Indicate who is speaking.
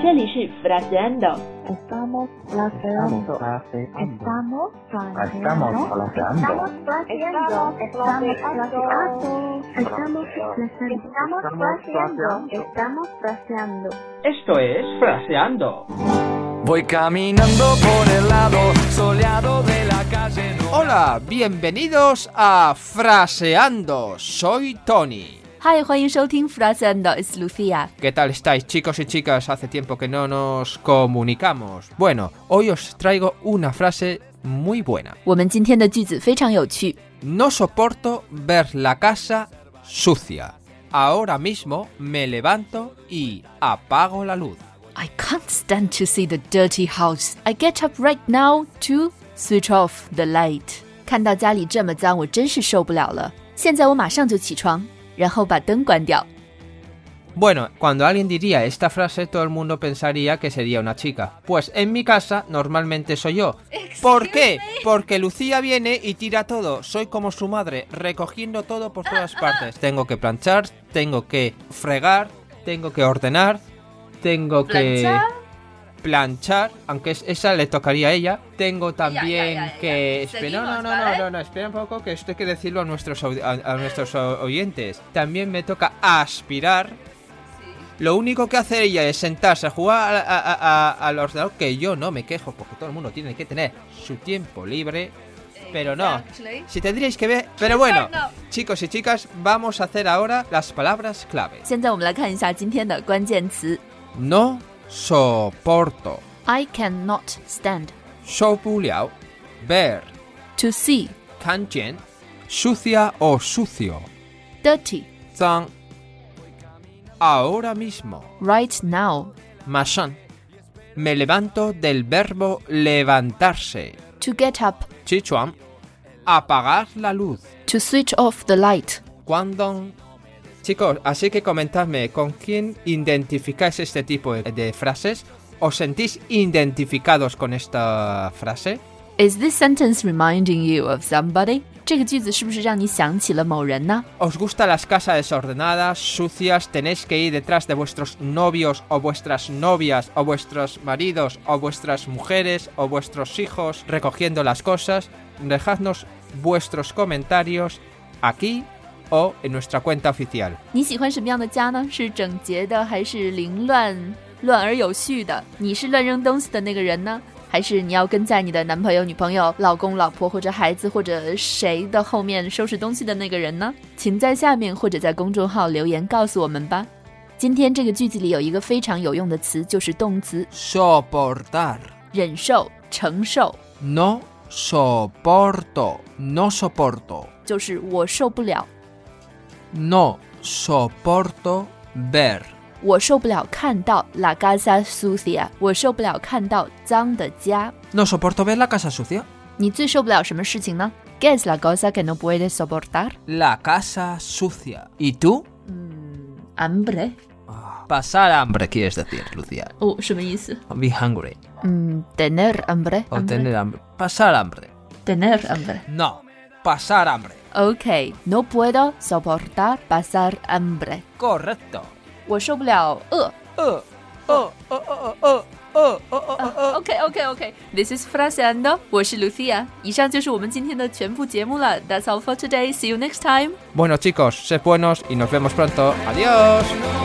Speaker 1: 这里是 fraseando，
Speaker 2: Estamos
Speaker 3: Estamos
Speaker 2: placeando.
Speaker 3: fraseando.
Speaker 2: Estamos
Speaker 3: Estamos fraseando.
Speaker 2: placeando. Estamos placeando. Estamos placeando. Estamos placeando.
Speaker 4: Esto es Fraseando.
Speaker 5: Voy caminando por el lado soleado de la calle. no-
Speaker 4: Hola, bienvenidos a Fraseando. Soy Tony.
Speaker 6: 嗨，欢迎收听 Fraseando，is Lucia。
Speaker 4: ¿Qué tal estáis chicos y chicas? Hace tiempo que no nos comunicamos. Bueno, hoy os traigo una frase muy buena.
Speaker 6: 我们今天的句子非常有趣，
Speaker 4: No soporto ver la casa sucia. Ahora mismo me levanto y apago la luz.
Speaker 6: I can't stand to see the dirty house. I get up right now to switch off the light. 看到家里这么脏，我真是受不了了。现在我马上就起床，然后把灯关掉。
Speaker 4: Bueno, cuando alguien diría esta frase, todo el mundo pensaría que sería una chica. Pues en mi casa normalmente soy yo. ¿Por qué? Porque Lucía viene y tira todo. Soy como su madre, recogiendo todo por todas partes. Tengo que planchar, tengo que fregar, tengo que ordenar, tengo que planchar, aunque es- esa le tocaría a ella. Tengo también que... Espera, no, no, no, no, no, no, espera un poco, que esto hay que decirlo a nuestros, audi- a, a nuestros o- oyentes. También me toca aspirar. Lo único que hace ella es sentarse a jugar a- a- a- a- al ordenador, que yo no me quejo, porque todo el mundo tiene que tener su tiempo libre. Pero no, si tendríais que ver... Pero bueno, chicos y chicas, vamos a hacer ahora las palabras clave.
Speaker 6: 现在我们来看一下今天的关键词
Speaker 4: No soporto.
Speaker 6: ：I cannot stand
Speaker 4: Show ver,
Speaker 6: to see
Speaker 4: kanjen, sucia o sucio,
Speaker 6: dirty
Speaker 4: zang. Ahora mismo,
Speaker 6: right now
Speaker 4: mashan. Me levanto del verbo levantarse,
Speaker 6: to get up
Speaker 4: chichuan. Apagar la luz,
Speaker 6: to switch off the light。
Speaker 4: cuando. Chicos, así que comentadme con quién identificáis este tipo de- de frases. ¿Os sentís identificados con esta frase?
Speaker 6: Is this sentence reminding you of somebody？这个句子是不是让你想起了某人呢？
Speaker 4: ¿Os gustan las casas desordenadas, sucias? ¿Tenéis que ir detrás de vuestros novios o vuestras novias o vuestros maridos o vuestras mujeres o vuestros hijos recogiendo las cosas? Dejadnos vuestros comentarios aquí o en nuestra cuenta oficial.
Speaker 6: 你喜欢什么样的家呢？是整洁的，还是凌乱、乱而有序的？你是乱扔东西的那个人呢？还是你要跟在你的男朋友、女朋友、老公、老婆或者孩子或者谁的后面收拾东西的那个人呢？请在下面或者在公众号留言告诉我们吧。今天这个句子里有一个非常有用的词，就是动词
Speaker 4: Soportar.
Speaker 6: 忍受、承受，
Speaker 4: No soporto. No soporto.
Speaker 6: 就是我受不了，
Speaker 4: No soporto ver.
Speaker 6: 我受不了看到 La Casa Sucia，我受不了看到脏的家。
Speaker 4: No soporto ver la casa sucia.
Speaker 6: 你最受不了什么事情呢？¿Qué es la cosa que no puedes soportar?
Speaker 4: La casa sucia. ¿Y tú? Ah,
Speaker 6: 嗯，hambre。
Speaker 4: Pasar hambre, quieres decir, Lucía.
Speaker 6: 哦，什么意思？
Speaker 4: Be hungry.
Speaker 6: 嗯，tener hambre。
Speaker 4: O 哦 tener hambre. Pasar hambre.
Speaker 6: Tener hambre。
Speaker 4: No. Pasar hambre.
Speaker 6: OK。No puedo soportar pasar hambre。
Speaker 4: Correcto.
Speaker 6: 我受不了饿。
Speaker 4: Oh, oh, oh, oh, oh, oh, oh, oh, oh, oh.
Speaker 6: OK OK OK。This is Fraseando。我是 Lucia。以上就是我们今天的全部节目了。That's all for today. See you next time.
Speaker 4: Bueno, chicos, sed buenos y nos vemos pronto. Adiós.